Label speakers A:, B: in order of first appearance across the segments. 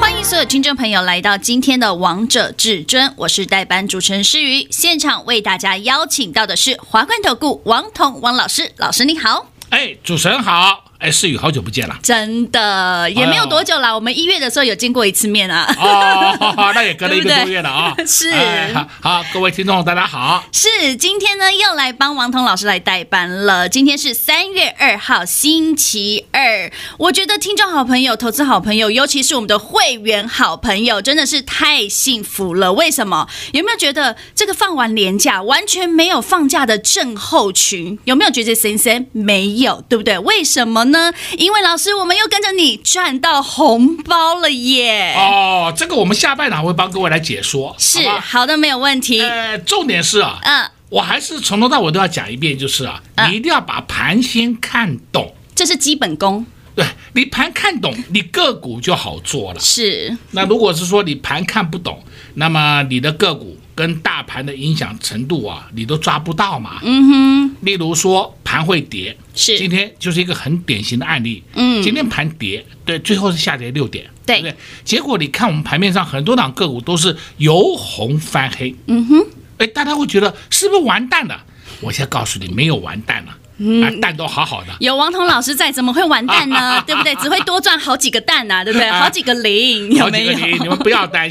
A: 欢迎所有听众朋友来到今天的《王者至尊》，我是代班主持人诗瑜，现场为大家邀请到的是华冠投顾王彤王老师，老师你好。。
B: 哎，主持人好，哎，世宇好久不见 了
A: 真的也没有多久啦，我们一月的时候有见过一次面啊。
B: 哦，那也隔了一
A: 对
B: 个
A: 不对
B: 多月了啊、
A: 是
B: 哎好好，各位听众大家好。
A: 是，今天呢又来帮王彤老师来代班了。今天是三月二号，星期二。我觉得听众好朋友、投资好朋友，尤其是我们的会员好朋友，真的是太幸福了。为什么？有没有觉得这个放完年假，完全没有放假的症候群？有没有觉得森森没有，对不对？为什么呢？因为老师，我们又跟着你赚到红包了耶！
B: 哦，这个我们下半场会帮各位来解说，
A: 是
B: 好吧？
A: 好的，没有问题。
B: 呃，重点是啊，
A: 嗯、
B: 我还是从头到尾都要讲一遍，就是啊，
A: 嗯
B: 你一定要把盘先看懂，
A: 这是基本功，
B: 对你盘看懂，你个股就好做了。
A: 是
B: 那如果是说你盘看不懂，那么你的个股跟大盘的影响程度啊，你都抓不到嘛。嗯哼。例如说盘会跌，
A: 是
B: 今天就是一个很典型的案例。嗯。今天盘跌，对，最后是下跌六点。
A: 对
B: 对不对，结果你看我们盘面上很多档个股都是由红翻黑。嗯哼。哎，大家会觉得是不是完蛋了？我先告诉你，没有完蛋了，
A: 嗯
B: 啊，蛋都好好的。
A: 有王彤老师在，怎么会完蛋 呢？对不对？只会多赚好几个蛋啊呐、对不对？好几个零，有
B: 好
A: 没
B: 几个
A: 有？
B: 你你们不要担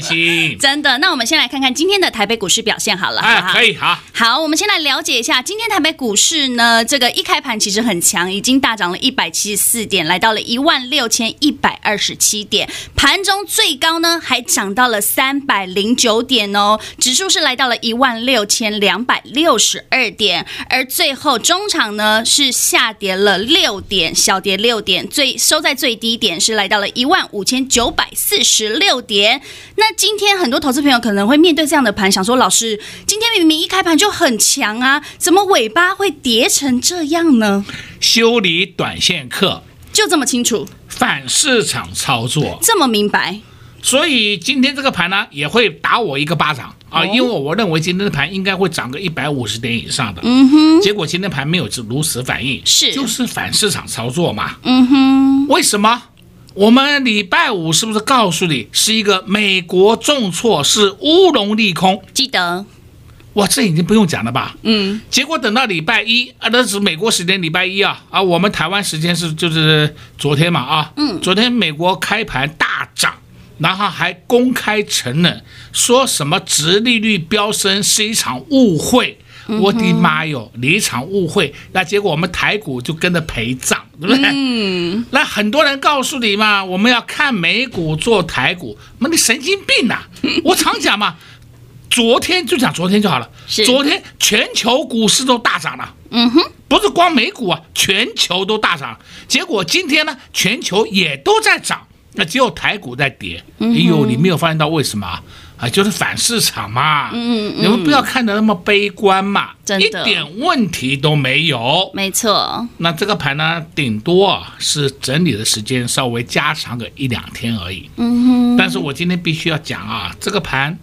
B: 心。
A: 真的，那我们先来看看今天的台北股市表现 好了，好
B: 哎
A: 不好，
B: 可。以好。
A: 好，我们先来了解一下今天台北股市呢，这个一开盘其实很强，已经大涨了一百七十四点，来到了一万六千一百二十七点，盘中最高呢还涨到了三百零九点哦，指数是来到了一万六千两百六十二点，而最后中场呢是下跌了六点，小跌六点，最收在最低点是来到了一万五千九百四十六点。那今天很多投资朋友可能会面对这样的盘，想说老师，今天明明一开盘就很强啊，怎么尾巴会跌成这样呢？
B: 修理短线客，
A: 就这么清楚，
B: 反市场操作。
A: 这么明白，
B: 所以今天这个盘呢，也会打我一个巴掌啊，因为我认为今天的盘应该会涨个一百五十点以上的。嗯哼。结果今天盘没有如此反应，
A: 是
B: 就是反市场操作嘛。嗯哼。为什么？我们礼拜五是不是告诉你是一个美国重挫是乌龙利空？
A: 记得，
B: 哇，这已经不用讲了吧？
A: 嗯，
B: 结果等到礼拜一啊，那是美国时间礼拜一啊啊，我们台湾时间是就是昨天嘛啊，嗯，昨天美国开盘大涨，然后还公开承认说什么殖利率飙升是一场误会。我的妈哟！你一场误会，那结果我们台股就跟着陪葬，对不对？嗯。那很多人告诉你嘛，我们要看美股做台股，妈你神经 病呐、我常讲嘛，昨天就讲昨天就好了。
A: 是
B: 昨天全球股市都大涨了，
A: 嗯哼，
B: 不是光美股啊，全球都大涨。结果今天呢，全球也都在涨，那只有台股在跌。
A: 嗯
B: 哎呦，你没有发现到为什么啊？啊，就是反市场嘛。嗯嗯你们不要看得那么悲观嘛，
A: 真
B: 一
A: 的
B: 点问题都没有。
A: 没错，
B: 那这个盘呢，顶多啊是整理的时间稍微加长个一两天而已。嗯哼。但是我今天必须要讲啊，这个盘，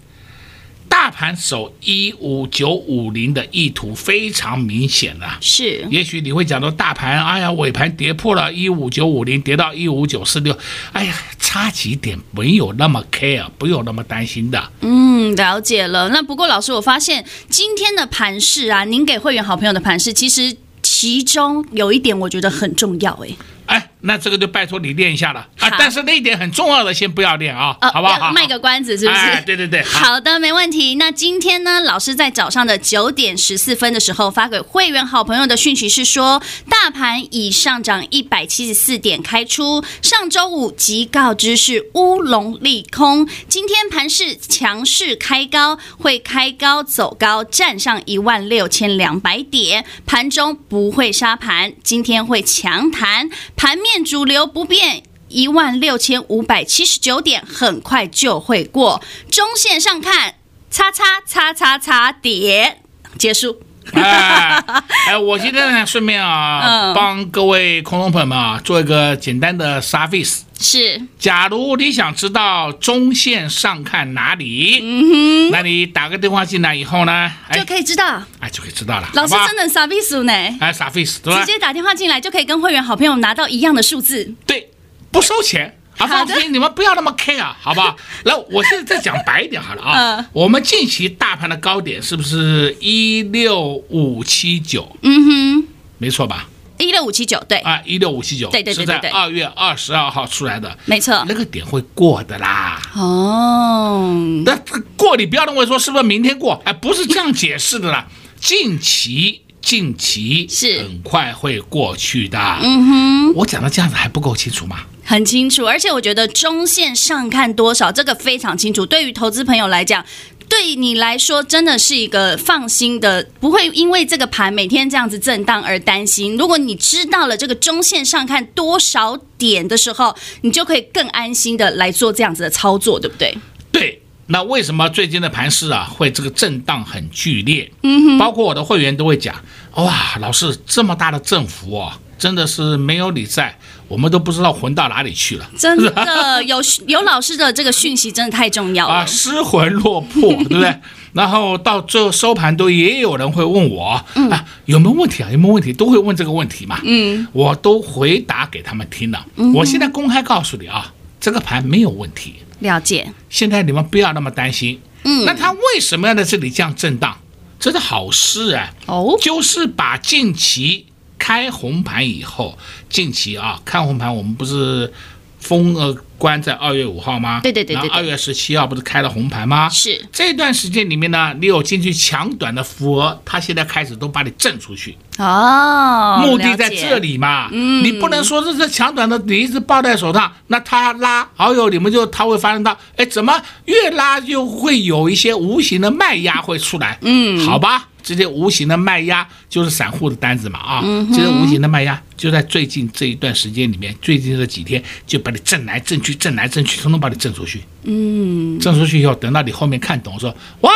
B: 大盘守一五九五零的意图非常明显啊。
A: 是
B: 也许你会讲到大盘，哎呀，尾盘跌破了一五九五零，跌到一五九四六，哎呀，差几点没有那么 care，不用那么担心的。
A: 嗯，了解了。那不过老师，我发现今天的盘市啊，您给会员好朋友的盘市，其实其中有一点我觉得很重要、诶，
B: 哎，那这个就拜托你练一下了啊
A: 好！
B: 但是那一点很重要的，先不要练啊，
A: 哎、
B: 好不好？
A: 要卖个关子是不是？
B: 哎对对对好
A: 好的，没问题。那今天呢，老师在早上的九点十四分的时候发给会员好朋友的讯息是说，大盘已上涨一百七十四点开出，上周五即告知是乌龙利空，今天盘势强势开高，会开高走高，站上一万六千两百点，盘中不会杀盘，今天会强弹，盘面主流不变。一万六千五百七十九点，很快就会过。中线上看，叉叉叉叉叉点。结束。
B: 哎哎，我今天呢，顺便啊，
A: 嗯
B: 帮各位空中朋友们啊，做一个简单的 service。
A: 是，
B: 假如你想知道中线上看哪里，
A: 嗯
B: 那你打个电话进来以后呢，
A: 哼，就
B: 哎
A: 可以知道。
B: 哎就可以知道了，
A: 老师
B: 好不好
A: 真的很傻逼鼠呢，
B: 哎傻 face 对吧
A: 直？接打电话进来就可以跟会员好朋友拿到一样的数字。
B: 对，不收钱。啊，
A: 好
B: 放
A: 的
B: 心，你们不要那么 care，好 不好？来，我现在再讲白一点好了啊
A: 嗯。
B: 我们近期大盘的高点是不是一六五七九？
A: 嗯哼，
B: 没错吧？
A: 一六五七九，对，
B: 啊，一六五七九，
A: 对对对对对啊
B: 是在二月二十二号出来的，
A: 没错
B: 那。个点会过的啦。
A: 哦，
B: 那这个过你不要认为说是不是明天过，哎，不是这样解释的啦。近期，近期
A: 是
B: 很快会过去的。
A: 嗯哼，
B: 我讲的这样子还不够清楚吗？
A: 很清楚，而且我觉得中线上看多少这个非常清楚，对于投资朋友来讲。对你来说，真的是一个放心的，不会因为这个盘每天这样子震荡而担心。如果你知道了这个中线上看多少点的时候，你就可以更安心的来做这样子的操作，对不对？
B: 对，那为什么最近的盘势啊会这个震荡很剧烈？嗯包括我的会员都会讲，哇，老师这么大的振幅哦，真的是没有你在，我们都不知道混到哪里去了。
A: 真的有有老师的这个讯息真的太重要
B: 啊，
A: 了。
B: 失魂落魄，对不对？然后到最后收盘都也有人会问我、啊，有没有问题啊？有没有问题？都会问这个问题嘛。嗯，我都回答给他们听了。我现在公开告诉你啊，这个盘没有问题。
A: 了解，
B: 现在你们不要那么担心。
A: 嗯
B: 那它为什么要在这里这样震荡？这是好事啊。
A: 哦
B: 就是把近期开红盘以后，近期啊开红盘，我们不是封呃关在二月五号吗？
A: 对对对对对
B: 二月十七号不是开了红盘吗？
A: 是
B: 这段时间里面呢，你有进去抢短的符额，它现在开始都把你震出去，
A: 哦，
B: 目的在
A: 了解
B: 这。里嘛。嗯，你不能说这这抢短的你一直抱在手上，那它拉，好友你们就它会发生到，哎，怎么越拉就会有一些无形的卖压会出来？嗯，好吧，这些无形的卖压就是散户的单子嘛啊，这些无形的卖压就在最近这一段时间里面，最近这几天就把你震来震去，震来震去，统统把你震出去。
A: 嗯
B: 挣出去以后，等到你后面看懂说，哇，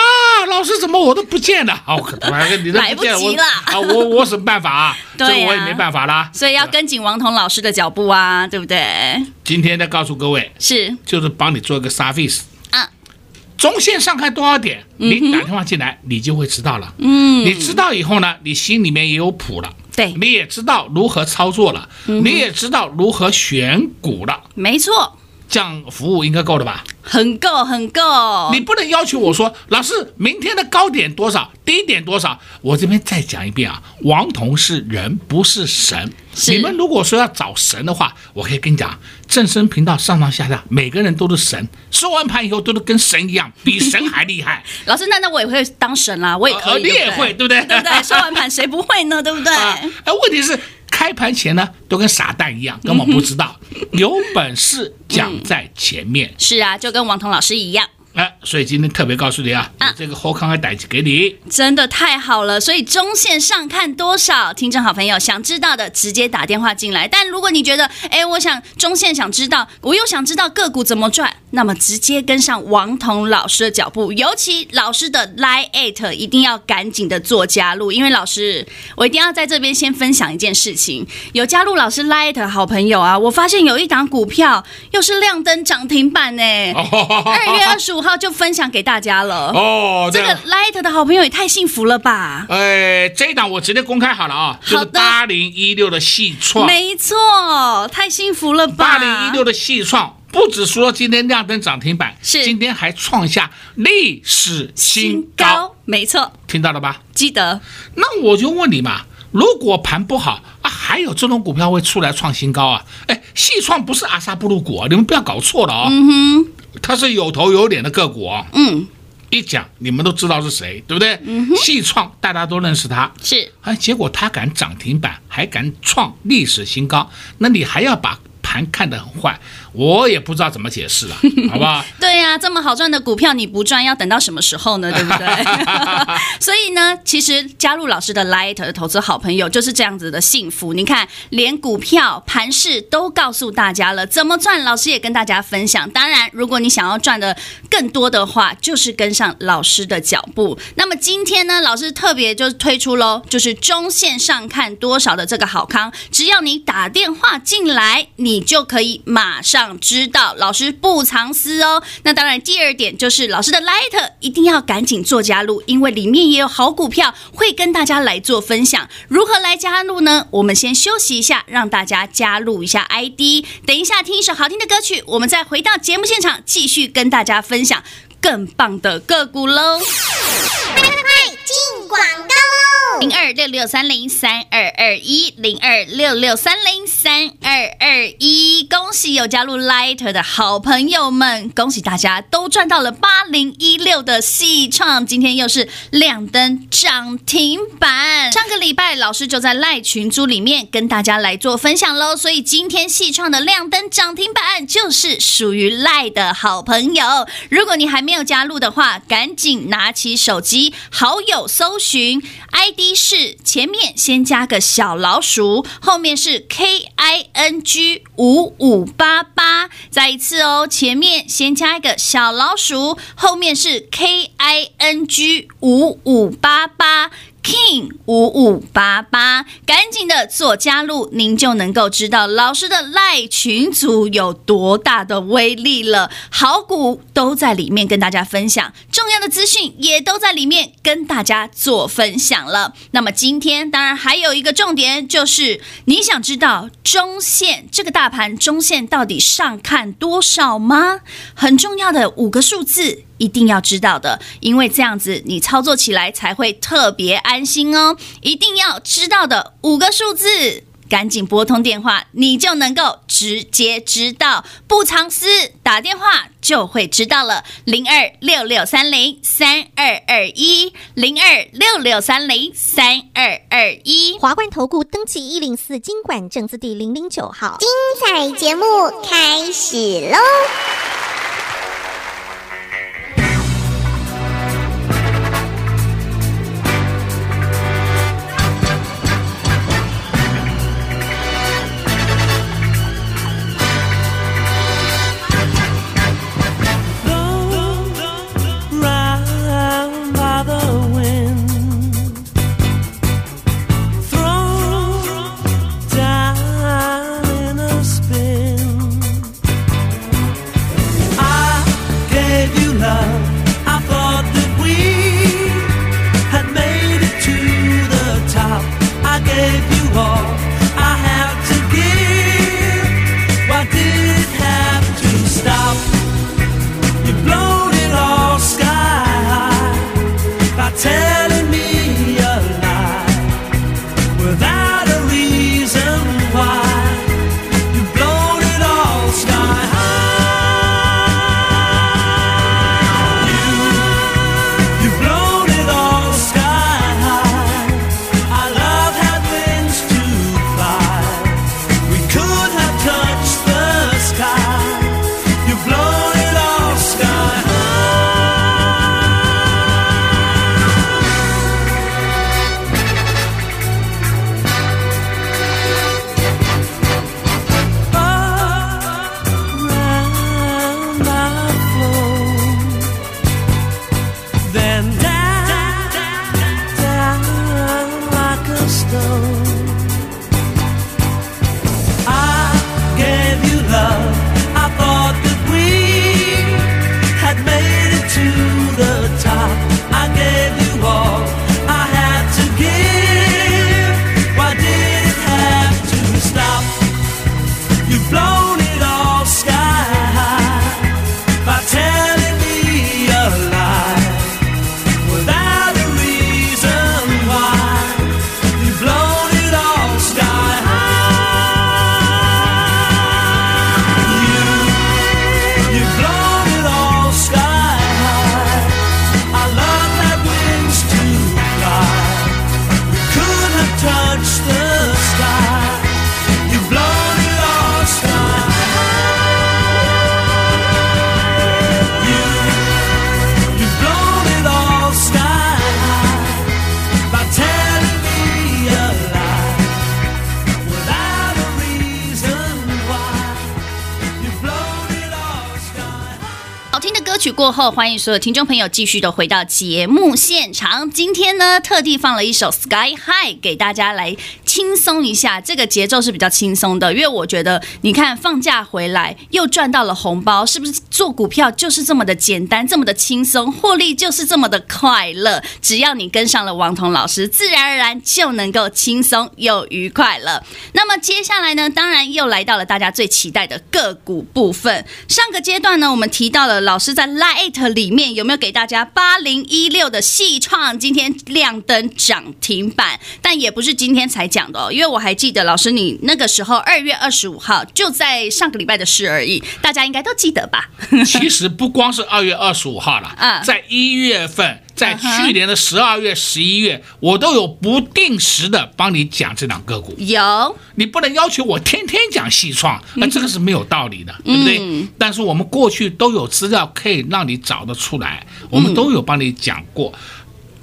B: 老师怎么我都不见了？ 啊，我可他妈你都不见
A: 来不及
B: 我
A: 了
B: 啊，我我有什么办法啊？这
A: 对啊
B: 个我也没办法啦。
A: 所以要跟紧王彤老师的脚步啊，对不对？
B: 今天再告诉各位，
A: 是
B: 就是帮你做一个 service。
A: 啊，
B: 中线上看多少点，
A: 嗯
B: 你打电话进来，你就会知道了。嗯，你知道以后呢，你心里面也有谱了。
A: 对嗯
B: 你也知道如何操作了，你也知道如何选股了，
A: 没错，
B: 这样服务应该够了吧？
A: 很够，很够
B: 你。不能要求我说，老师，明天的高点多少，低点多少？我这边再讲一遍啊，王彤是人，不是神。
A: 是
B: 你们如果说要找神的话，我可以跟你讲，正声频道上上下下每个人都是神，收完盘以后都是跟神 一样，比神还厉害。
A: 老师，那那我也会当神啦，我也可
B: 呃
A: 以，
B: 你也会，
A: 对
B: 对不对？
A: 不对？对不对？收完盘谁不会呢？对不对？
B: 啊，哎，问题是开盘前呢，都跟傻蛋一样，根本不知 道。有本事讲在前面，
A: 是啊，就跟王彤老师一样。
B: 哎，所以今天特别告诉你啊，
A: 啊
B: 这个后康还逮起给你。
A: 真的太好了，所以中线上看多少，听众好朋友想知道的直接打电话进来。但如果你觉得，哎，我想中线想知道，我又想知道个股怎么赚，那么直接跟上王彤老师的脚步，尤其老师的 Line at 一定要赶紧的做加入，因为老师，我一定要在这边先分享一件事情，有加入老师 Line at 好朋友啊，我发现有一档股票又是亮灯涨停板呢、 二月二十五号就分享给大家了。
B: 哦，
A: 这
B: 对
A: 个 Light 的好朋友也太幸福了吧！
B: 哎，这一档我直接公开好了啊，就
A: 好
B: 是
A: 的
B: 八零一六的细创，
A: 没错，太幸福了吧！
B: 八零一六的细创，不止说今天亮灯涨停板，
A: 是
B: 今天还创下历史新
A: 新
B: 高，
A: 高，没错，
B: 听到了吧？
A: 记得
B: 那我就问你嘛，如果盘不好啊，还有这种股票会出来创新高啊？哎，细创不是阿萨布鲁股啊，你们不要搞错了啊、嗯哼，它是有头有脸的个股啊、
A: 嗯，
B: 一讲你们都知道是谁，对不对？嗯、细创大家都认识它，
A: 是
B: 哎，结果它敢涨停板，还敢创历史新高，那你还要把盘盘看得很坏，我也不知道怎么解释了，好不好？
A: 对呀、这么好赚的股票你不赚，要等到什么时候呢？对不对？所以呢，其实加入老师的 Light 的投资好朋友就是这样子的幸福。你看，连股票盘势都告诉大家了，怎么赚，老师也跟大家分享。当然，如果你想要赚的更多的话，就是跟上老师的脚步。那么今天呢，老师特别就是推出喽，就是中线上看多少的这个好康，只要你打电话进来，你就可以马上知道。老师不藏私哦。那当然，第二点就是老师的 Light 一定要赶紧做加入，因为里面也有好股票会跟大家来做分享。如何来加入呢？我们先休息一下，让大家加入一下 ID。等一下听一首好听的歌曲，我们再回到节目现场，继续跟大家分享更棒的个股喽。
C: 进广告喽！
A: 零二六六三零三二二一，零二六六三零三二二一，恭喜有加入 Light 的好朋友们，恭喜大家都赚到了八零一六的戏创，今天又是亮灯涨停板。上个礼拜老师就在赖群组里面跟大家来做分享喽，所以今天戏创的亮灯涨停板就是属于赖的好朋友。如果你还没有加入的话，赶紧拿起手机好友搜寻 ID 是前面先加个小老鼠，后面是 K I N G 五五八八，再一次哦，前面先加一个小老鼠，后面是 K I N G 五五八八。King 五五八八，赶紧的做加入，您就能够知道老师的赖群组有多大的威力了。好股都在里面跟大家分享，重要的资讯也都在里面跟大家做分享了。那么今天当然还有一个重点，就是你想知道中线这个大盘中线到底上看多少吗？很重要的五个数字。一定要知道的，因为这样子你操作起来才会特别安心哦。一定要知道的五个数字，赶紧拨通电话，你就能够直接知道，不藏私，打电话就会知道了。零二六六三零三二二一，零二六六三零三二二一。
C: 华冠投顾登记一零四经管证字第零零九号。精彩节目开始喽！
D: blown round by the wind, thrown down in a spin. I gave you love. I thought that we had made it to the top. I gave you all I had to give. Why did it have to stop? You blown it all sky high by telling me a lie without a reason why. You blown it all sky high. You, you blown it all sky high. Our love had wings to fly. We could have touched the sky. You've blown it all sky high. Around I flow, then down, down like a stone. I gave you love. I thought that we had made it to the top. I gave you all I had to give. Why did it have to stop? You've blown it all sky high by telling me a lie without a reason why. You've blown
A: 过后，欢迎所有听众朋友继续的回到节目现场。今天呢，特地放了一首《Sky High》给大家来轻松一下，这个节奏是比较轻松的，因为我觉得你看放假回来又赚到了红包，是不是做股票就是这么的简单，这么的轻松，获利就是这么的快乐？只要你跟上了王彤老师，自然而然就能够轻松又愉快了。那么接下来呢，当然又来到了大家最期待的个股部分。上个阶段呢，我们提到了老师在 Lite 里面有没有给大家八零一六的细创，今天亮灯涨停板，但也不是今天才讲的哦，因为我还记得老师你那个时候二月二十五号就在上个礼拜的事而已，大家应该都记得吧？
B: 其实不光是二月二十五号了
A: 嗯，
B: 在一月份，在去年的十二月、十一月，我都有不定时的帮你讲这两个股。
A: 有，
B: 你不能要求我天天讲细创，那这个是没有道理的，对不
A: 嗯
B: 对？但是我们过去都有资料可以让你找得出来，
A: 嗯
B: 我们都有帮你讲过。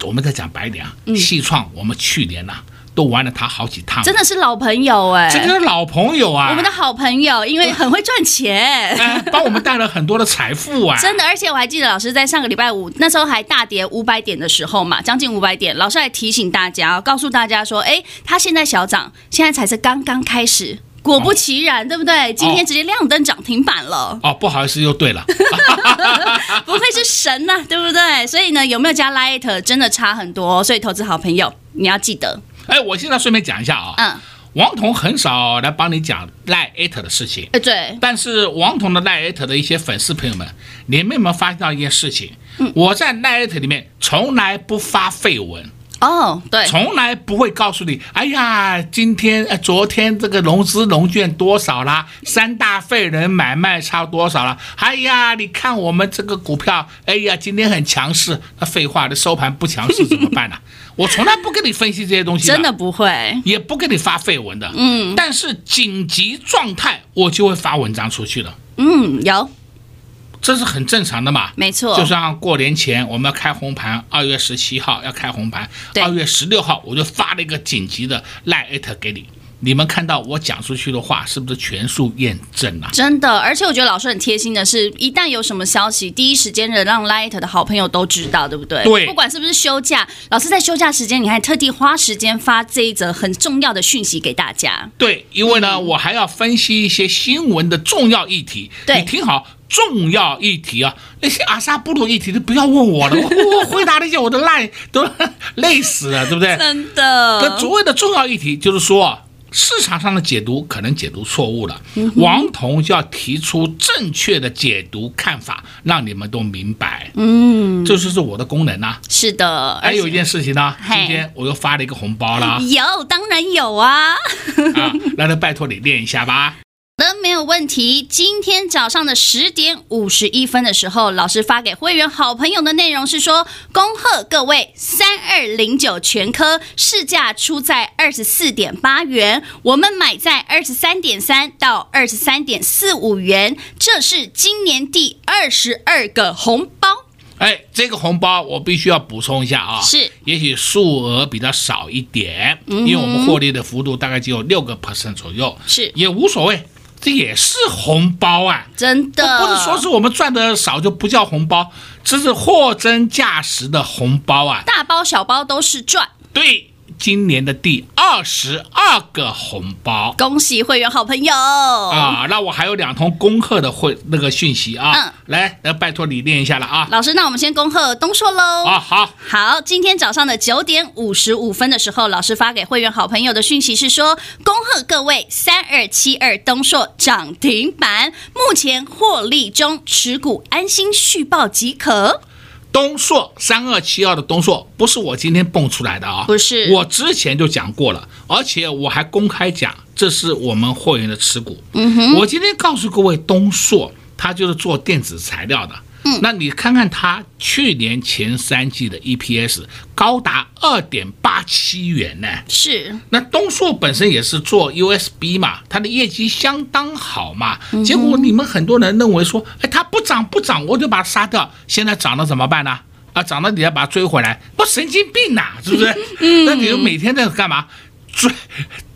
B: 我们再讲白一点啊，细创我们去年呐、都玩了它好几趟，
A: 嗯
B: 啊
A: 真的是老朋友哎、
B: 这个是老朋友啊，
A: 我们的好朋友，因为很会赚钱。
B: 哎帮我们带来很多的财富啊，
A: 真的，而且我还记得老师在上个礼拜五那时候还大跌五百点的时候嘛，将近五百点，老师还提醒大家，告诉大家说，哎，它现在小涨，现在才是刚刚开始。果不其然，对不对？今天直接亮灯涨停板了，
B: 哦，不好意思，又 对了，
A: 不愧是神呐、对不对？所以呢，有没有加 Light 真的差很多哦、所以投资好朋友，你要记得，
B: 哎，我现在顺便讲一下啊，
A: 嗯，
B: 王彤很少来帮你讲赖 at 的事情，
A: 哎，对，
B: 但是王彤的赖 at 的一些粉丝朋友们，你们有没有发现到一件事情？
A: 嗯
B: 我在赖 at 里面从来不发绯闻，
A: 哦，对，
B: 从来不会告诉你，哎呀，今天、呃、昨天这个融资融券多少啦，三大废人买卖差多少啦，哎呀，你看我们这个股票，哎呀，今天很强势，那废话，这收盘不强势怎么办 呢、我从来不跟你分析这些东西，
A: 真的。不会，
B: 也不给你发绯闻的，嗯，但是紧急状态我就会发文章出去了，
A: 嗯，有，
B: 这是很正常的嘛，
A: 没错
B: 就像过年前我们要开红盘，二月十七号要开红盘，
A: 对
B: 二月十六号我就发了一个紧急的赖 at 给你，你们看到我讲出去的话是不是全数验证啊？
A: 真的，而且我觉得老师很贴心的是，一旦有什么消息，第一时间的让 Light 的好朋友都知道，对不对？
B: 对
A: 不管是不是休假，老师在休假时间，你还特地花时间发这一则很重要的讯息给大家。
B: 对，因
A: 嗯
B: 为呢，我还要分析一些新闻的重要议题。
A: 对
B: 你听好，重要议题啊，那些阿萨布鲁议题都不要问我了，我我回答那些我都烂都 累死了，对不对？
A: 真的，
B: 哎那所谓的重要议题就是说，市场上的解读可能解读错误了，
A: 嗯
B: 王彤就要提出正确的解读看法，让你们都明白。嗯，这就是我的功能呐、啊
A: 是的，
B: 还有一件
A: 事，
B: 事情呢，
A: 嘿
B: 今天我又发了一个红包啦
A: 有当然有啊。
B: 啊，那就拜托你练一下吧。
A: 好的，没有问题。今天早上的十点五十一分的时候，老师发给会员好朋友的内容是说：恭贺各位三二零九全科市价出在二十四点八元，我们买在二十三点三到二十三点四五元，这是今年第二十二个红包。
B: 哎，这个红包我必须要补充一下啊，
A: 是，嗯
B: 也许数额比较少一点，因为我们获利的幅度大概只有六个 percent 左右，
A: 是
B: 也无所谓，这也是红包啊。
A: 真的，
B: 不是说是我们赚的少就不叫红包，这是货真价实的红包啊！
A: 大包小包都是赚。
B: 对，今年的第二十二个红包。
A: 恭喜会员好朋友！
B: 啊，那我还有两通恭贺的会那个讯息啊，
A: 嗯
B: 来，来拜托你念一下了啊！
A: 老师，那我们先恭贺东硕喽！
B: 啊，好，
A: 好，今天早上的九点五十五分的时候，老师发给会员好朋友的讯息是说，恭贺各位三二七二东硕涨停板，目前获利中，持股安心续报即可。
B: 东硕三二七二的东硕不是我今天蹦出来的啊，
A: 不是
B: 我之前就讲过了，而且我还公开讲，这是我们会员的持股。嗯哼，我今天告诉各位，东硕它就是做电子材料的。嗯，那你看看它去年前三季的 EPS 高达二点八七元呢。
A: 是，
B: 那东硕本身也是做 USB 嘛，它的业绩相当好嘛。结果你们很多人认为说，哎，它不涨不涨，我就把它杀掉。现在涨了怎么办呢？啊，涨了你要把它追回来，不神经病呐、是不是？那你就每天在干嘛？追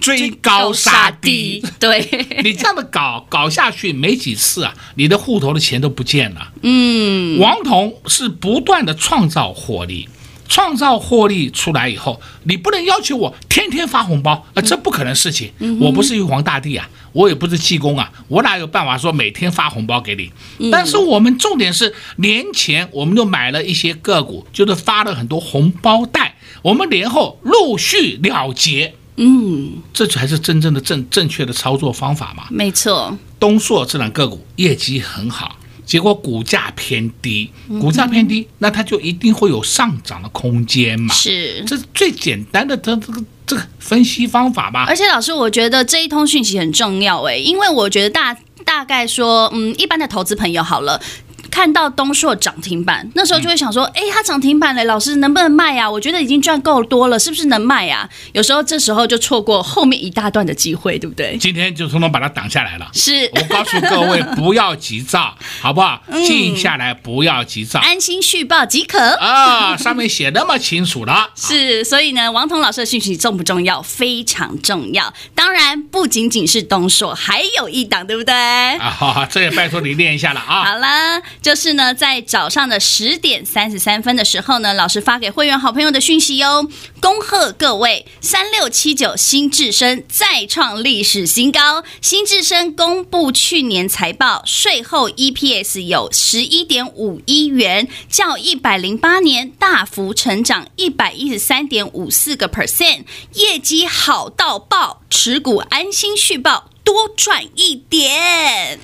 B: 追高杀低。，
A: 对，
B: 你这样的搞搞下去没几次啊，你的户头的钱都不见了。
A: 嗯，
B: 王彤是不断的创造获利，创造获利出来以后，你不能要求我天天发红包，啊，这不可能事情。我不是玉皇大帝啊，我也不是济公啊，我哪有办法说每天发红包给你？但是我们重点是年前我们就买了一些个股，就是发了很多红包袋，我们年后陆续了结。
A: 嗯，
B: 这才是真正的正正确的操作方法嘛。
A: 没错，
B: 东硕这档个股业绩很好，结果股价偏低，
A: 嗯
B: 股价偏低，那它就一定会有上涨的空间嘛。
A: 是。
B: 这是最简单的这这个这个分析方法吧
A: 而。且老师，我觉得这一通讯息很重要诶，因为我觉得大大概说，嗯，一般的投资朋友好了。看到东硕涨停板，那时候就会想
B: 嗯
A: 说，哎、它涨停板嘞，老师能不能卖呀、我觉得已经赚够多了，是不是能卖呀、有时候这时候就错过后面一大段的机会，对不对？
B: 今天就通通把它挡下来了。
A: 是，
B: 我告诉各位，不要急躁，好不好？
A: 嗯
B: 静下来，不要急躁
A: 安心续报即可。
B: 啊！上面写那么清楚了，
A: 是，所以呢，王彤老师的讯息重不重要？非常重要。当然，不仅仅是东硕，还有一档，对不对？
B: 啊，好好，这也拜托你练一下了啊。
A: 好啦，就是呢，在早上的十点三十三分的时候呢，老师发给会员好朋友的讯息哟，恭贺各位三六七九新智深再创历史新高。新智深公布去年财报，税后 EPS 有十一点五一元，较一百零八年大幅成长一百一十三点五四个 percent，业绩好到爆，持股安心续报。多赚一点，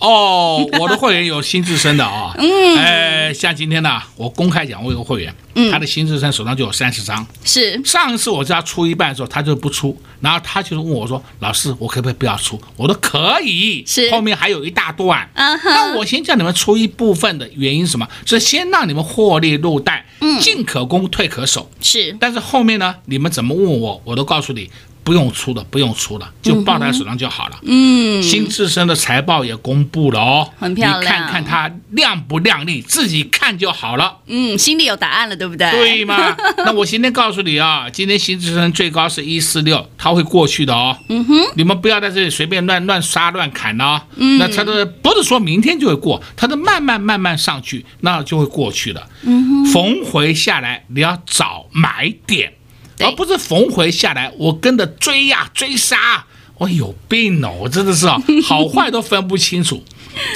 B: 哦，我的会员有新智深的啊、嗯，哎，像今天呢，我公开讲，我有个会员，他的新智深手上就有三十张。
A: 是
B: 上一次我叫他出一半的时候，他就不出，然后他就是问我说：“老师，我可不可以不要出？”我说：“可以。”
A: 是
B: 后面还有一大段。
A: 嗯哼
B: 那我先叫你们出一部分的原因是什么？是先让你们获利入袋，进可攻，退可守。
A: 是，
B: 但是后面呢，你们怎么问我，我都告诉你，不用出了，不用出了，就抱在手上就好了。
A: 嗯，
B: 新智深的财报也公布了哦，
A: 很漂亮
B: 你看看它亮不亮丽，自己看就好了，
A: 嗯，心里有答案了，对不对？
B: 对 吗？那我今天告诉你啊，今天新智深最高是一四六，它会过去的哦。嗯哼，你们不要在这里随便乱乱杀乱砍哦。嗯，那它的不是说明天就会过，它的慢慢慢慢上去，那就会过去了。嗯哼，逢回下来你要找买点，
A: 对
B: 而不是逢回下来我跟着追呀、追杀啊。我有病哦！我真的是啊，好坏都分不清楚，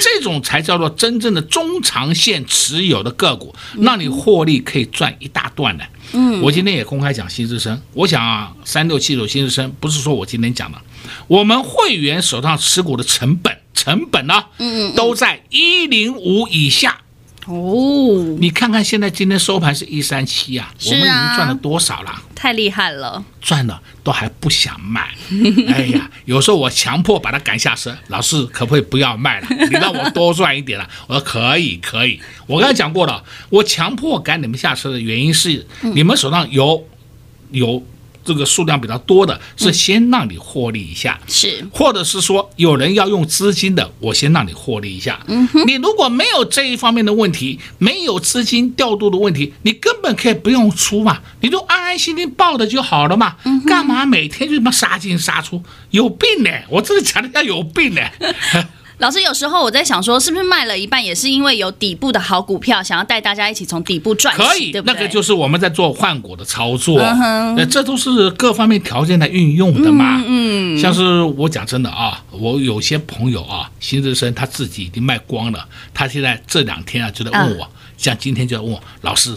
B: 这种才叫做真正的中长线持有的个股，让你获利可以赚一大段的。嗯，我今天也公开讲新日升，我想啊，三六七九新日升不是说我今天讲的，我们会员手上持股的成本成本呢、嗯，都在一零五以下。
A: 哦，
B: 你看看现在今天收盘是一三七啊，
A: 是
B: 我
A: 啊
B: 们已经赚了多少了？
A: 太厉害了，
B: 赚了都还不想卖， 哎呀，有时候我强迫把他赶下车，老师可不可以不要卖了？你让我多赚一点了。我说可以，可以。我刚才讲过了，我强迫赶你们下车的原因是，你们手上有有这个数量比较多的，是先让你获利一下。
A: 是
B: 或者是说有人要用资金的，我先让你获利一下。嗯哼，你如果没有这一方面的问题，没有资金调度的问题，你根本可以不用出嘛，你就安安心心抱着就好了嘛。嗯、干嘛每天就他妈杀进杀出？有病呢、我真的讲人家有病呢、
A: 老师。有时候我在想说，是不是卖了一半，也是因为有底部的好股票，想要带大家一起从底部赚起，
B: 可以，
A: 对不
B: 那
A: 对？
B: 个就是我们在做换股的操作，
A: 嗯哼
B: 那这都是各方面条件来运用的嘛。嗯，像是我讲真的啊，我有些朋友啊，新日升他自己已经卖光了，他现在这两天啊就在
A: 嗯
B: 问我，像今天就在问我老师。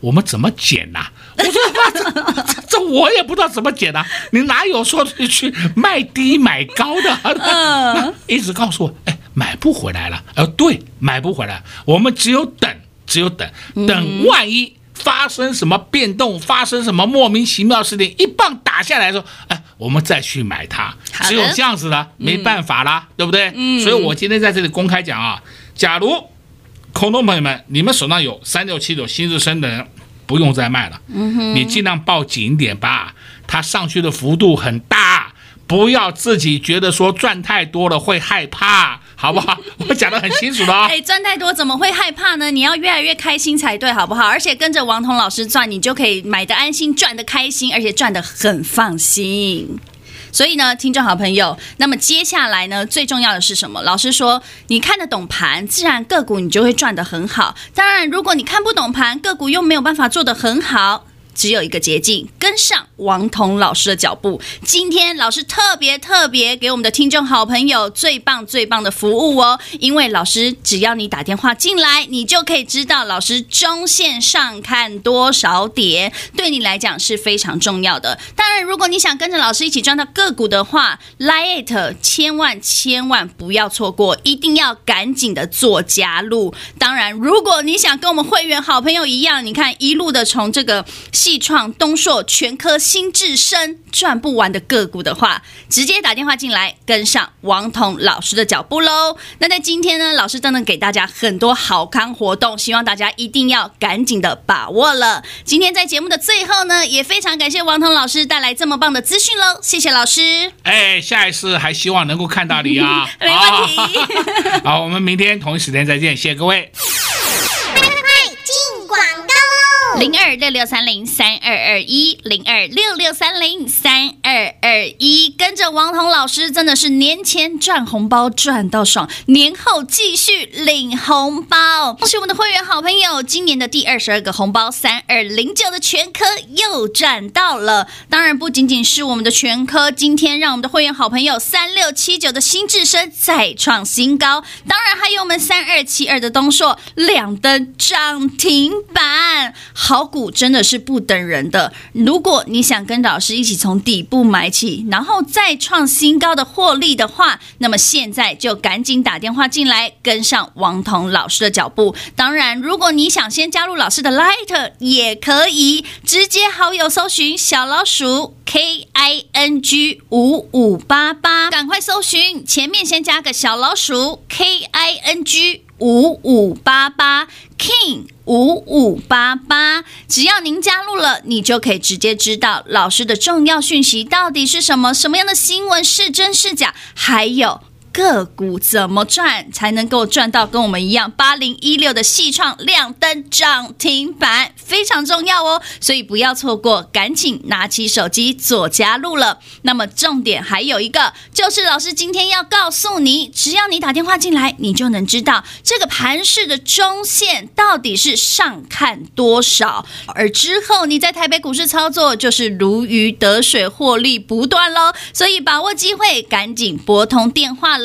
B: 我们怎么减呐、我说妈，这这 这我也不知道怎么减呐、你哪有说去去卖低买高的？
A: 嗯
B: 那一直告诉我，哎，买不回来了。呃，对，买不回来，我们只有等，只有等，
A: 嗯
B: 等万一发生什么变动，发生什么莫名其妙的事情，一棒打下来的时候，哎，我们再去买它。
A: 好的嗯
B: 只有这样子的，没办法啦，对不对？所以我今天在这里公开讲啊，假如空洞朋友们，你们手上有三六七九新日升的人，不用再卖了，
A: 嗯
B: 你尽量抱紧一点吧，它上去的幅度很大，不要自己觉得说赚太多了会害怕，好 不好？我讲的很清楚了啊。
A: 哎，赚太多怎么会害怕呢？你要越来越开心才对，好不好？而且跟着王彤老师赚，你就可以买的安心，赚的开心，而且赚的很放心。所以呢，听众好朋友，那么接下来呢，最重要的是什么？老师说，你看得懂盘，自然个股你就会赚得很好。当然，如果你看不懂盘，个股又没有办法做得很好。只有一个捷径，跟上王彤老师的脚步。今天老师特别特别给我们的听众好朋友最棒最棒的服务哦，因为老师只要你打电话进来，你就可以知道老师中线上看多少点，对你来讲是非常重要的。当然，如果你想跟着老师一起赚到个股的话，Lite 千万千万不要错过，一定要赶紧的做加入。当然，如果你想跟我们会员好朋友一样，你看一路的从这个系创、东硕、全科、新智深赚不完的个股的话，直接打电话进来，跟上王彤老师的脚步喽。那在今天呢，老师真的给大家很多好康活动，希望大家一定要赶紧的把握了。今天在节目的最后呢，也非常感谢王彤老师带来这么棒的资讯喽，谢谢老师，
B: 哎，下一次还希望能够看到你啊
A: ！没问题。
B: 啊。好，我们明天同一时间再见，谢谢各位。
C: 快进广告喽！
A: 零二六六三零三二二一，零二六六三零三二二一，跟着王彤老师真的是年前赚红包赚到爽，年后继续领红包。恭喜我们的会员好朋友，今年的第二十二个红包三二零九的全科又赚到了。当然不仅仅是我们的全科，今天让我们的会员好朋友三六七九的新智深再创新高，当然还有我们三二七二的东硕两灯涨停板，好股真的是不等人的。如果你想跟老师一起从底部买起，然后再创新高的获利的话，那么现在就赶紧打电话进来，跟上王彤老师的脚步。当然，如果你想先加入老师的 Light 也可以，直接好友搜寻小老鼠 K I N G 五五八八，赶快搜寻，前面先加个小老鼠 K I N G。五五八八 king 五五八八，只要您加入了，你就可以直接知道老师的重要讯息到底是什么，什么样的新闻是真是假，还有。个股怎么赚才能够赚到跟我们一样八零一六的细创亮灯涨停板，非常重要哦，所以不要错过，赶紧拿起手机做加入了。那么重点还有一个，就是老师今天要告诉你，只要你打电话进来，你就能知道这个盘市的中线到底是上看多少，而之后你在台北股市操作就是如鱼得水，获利不断喽。所以把握机会，赶紧拨通电话了，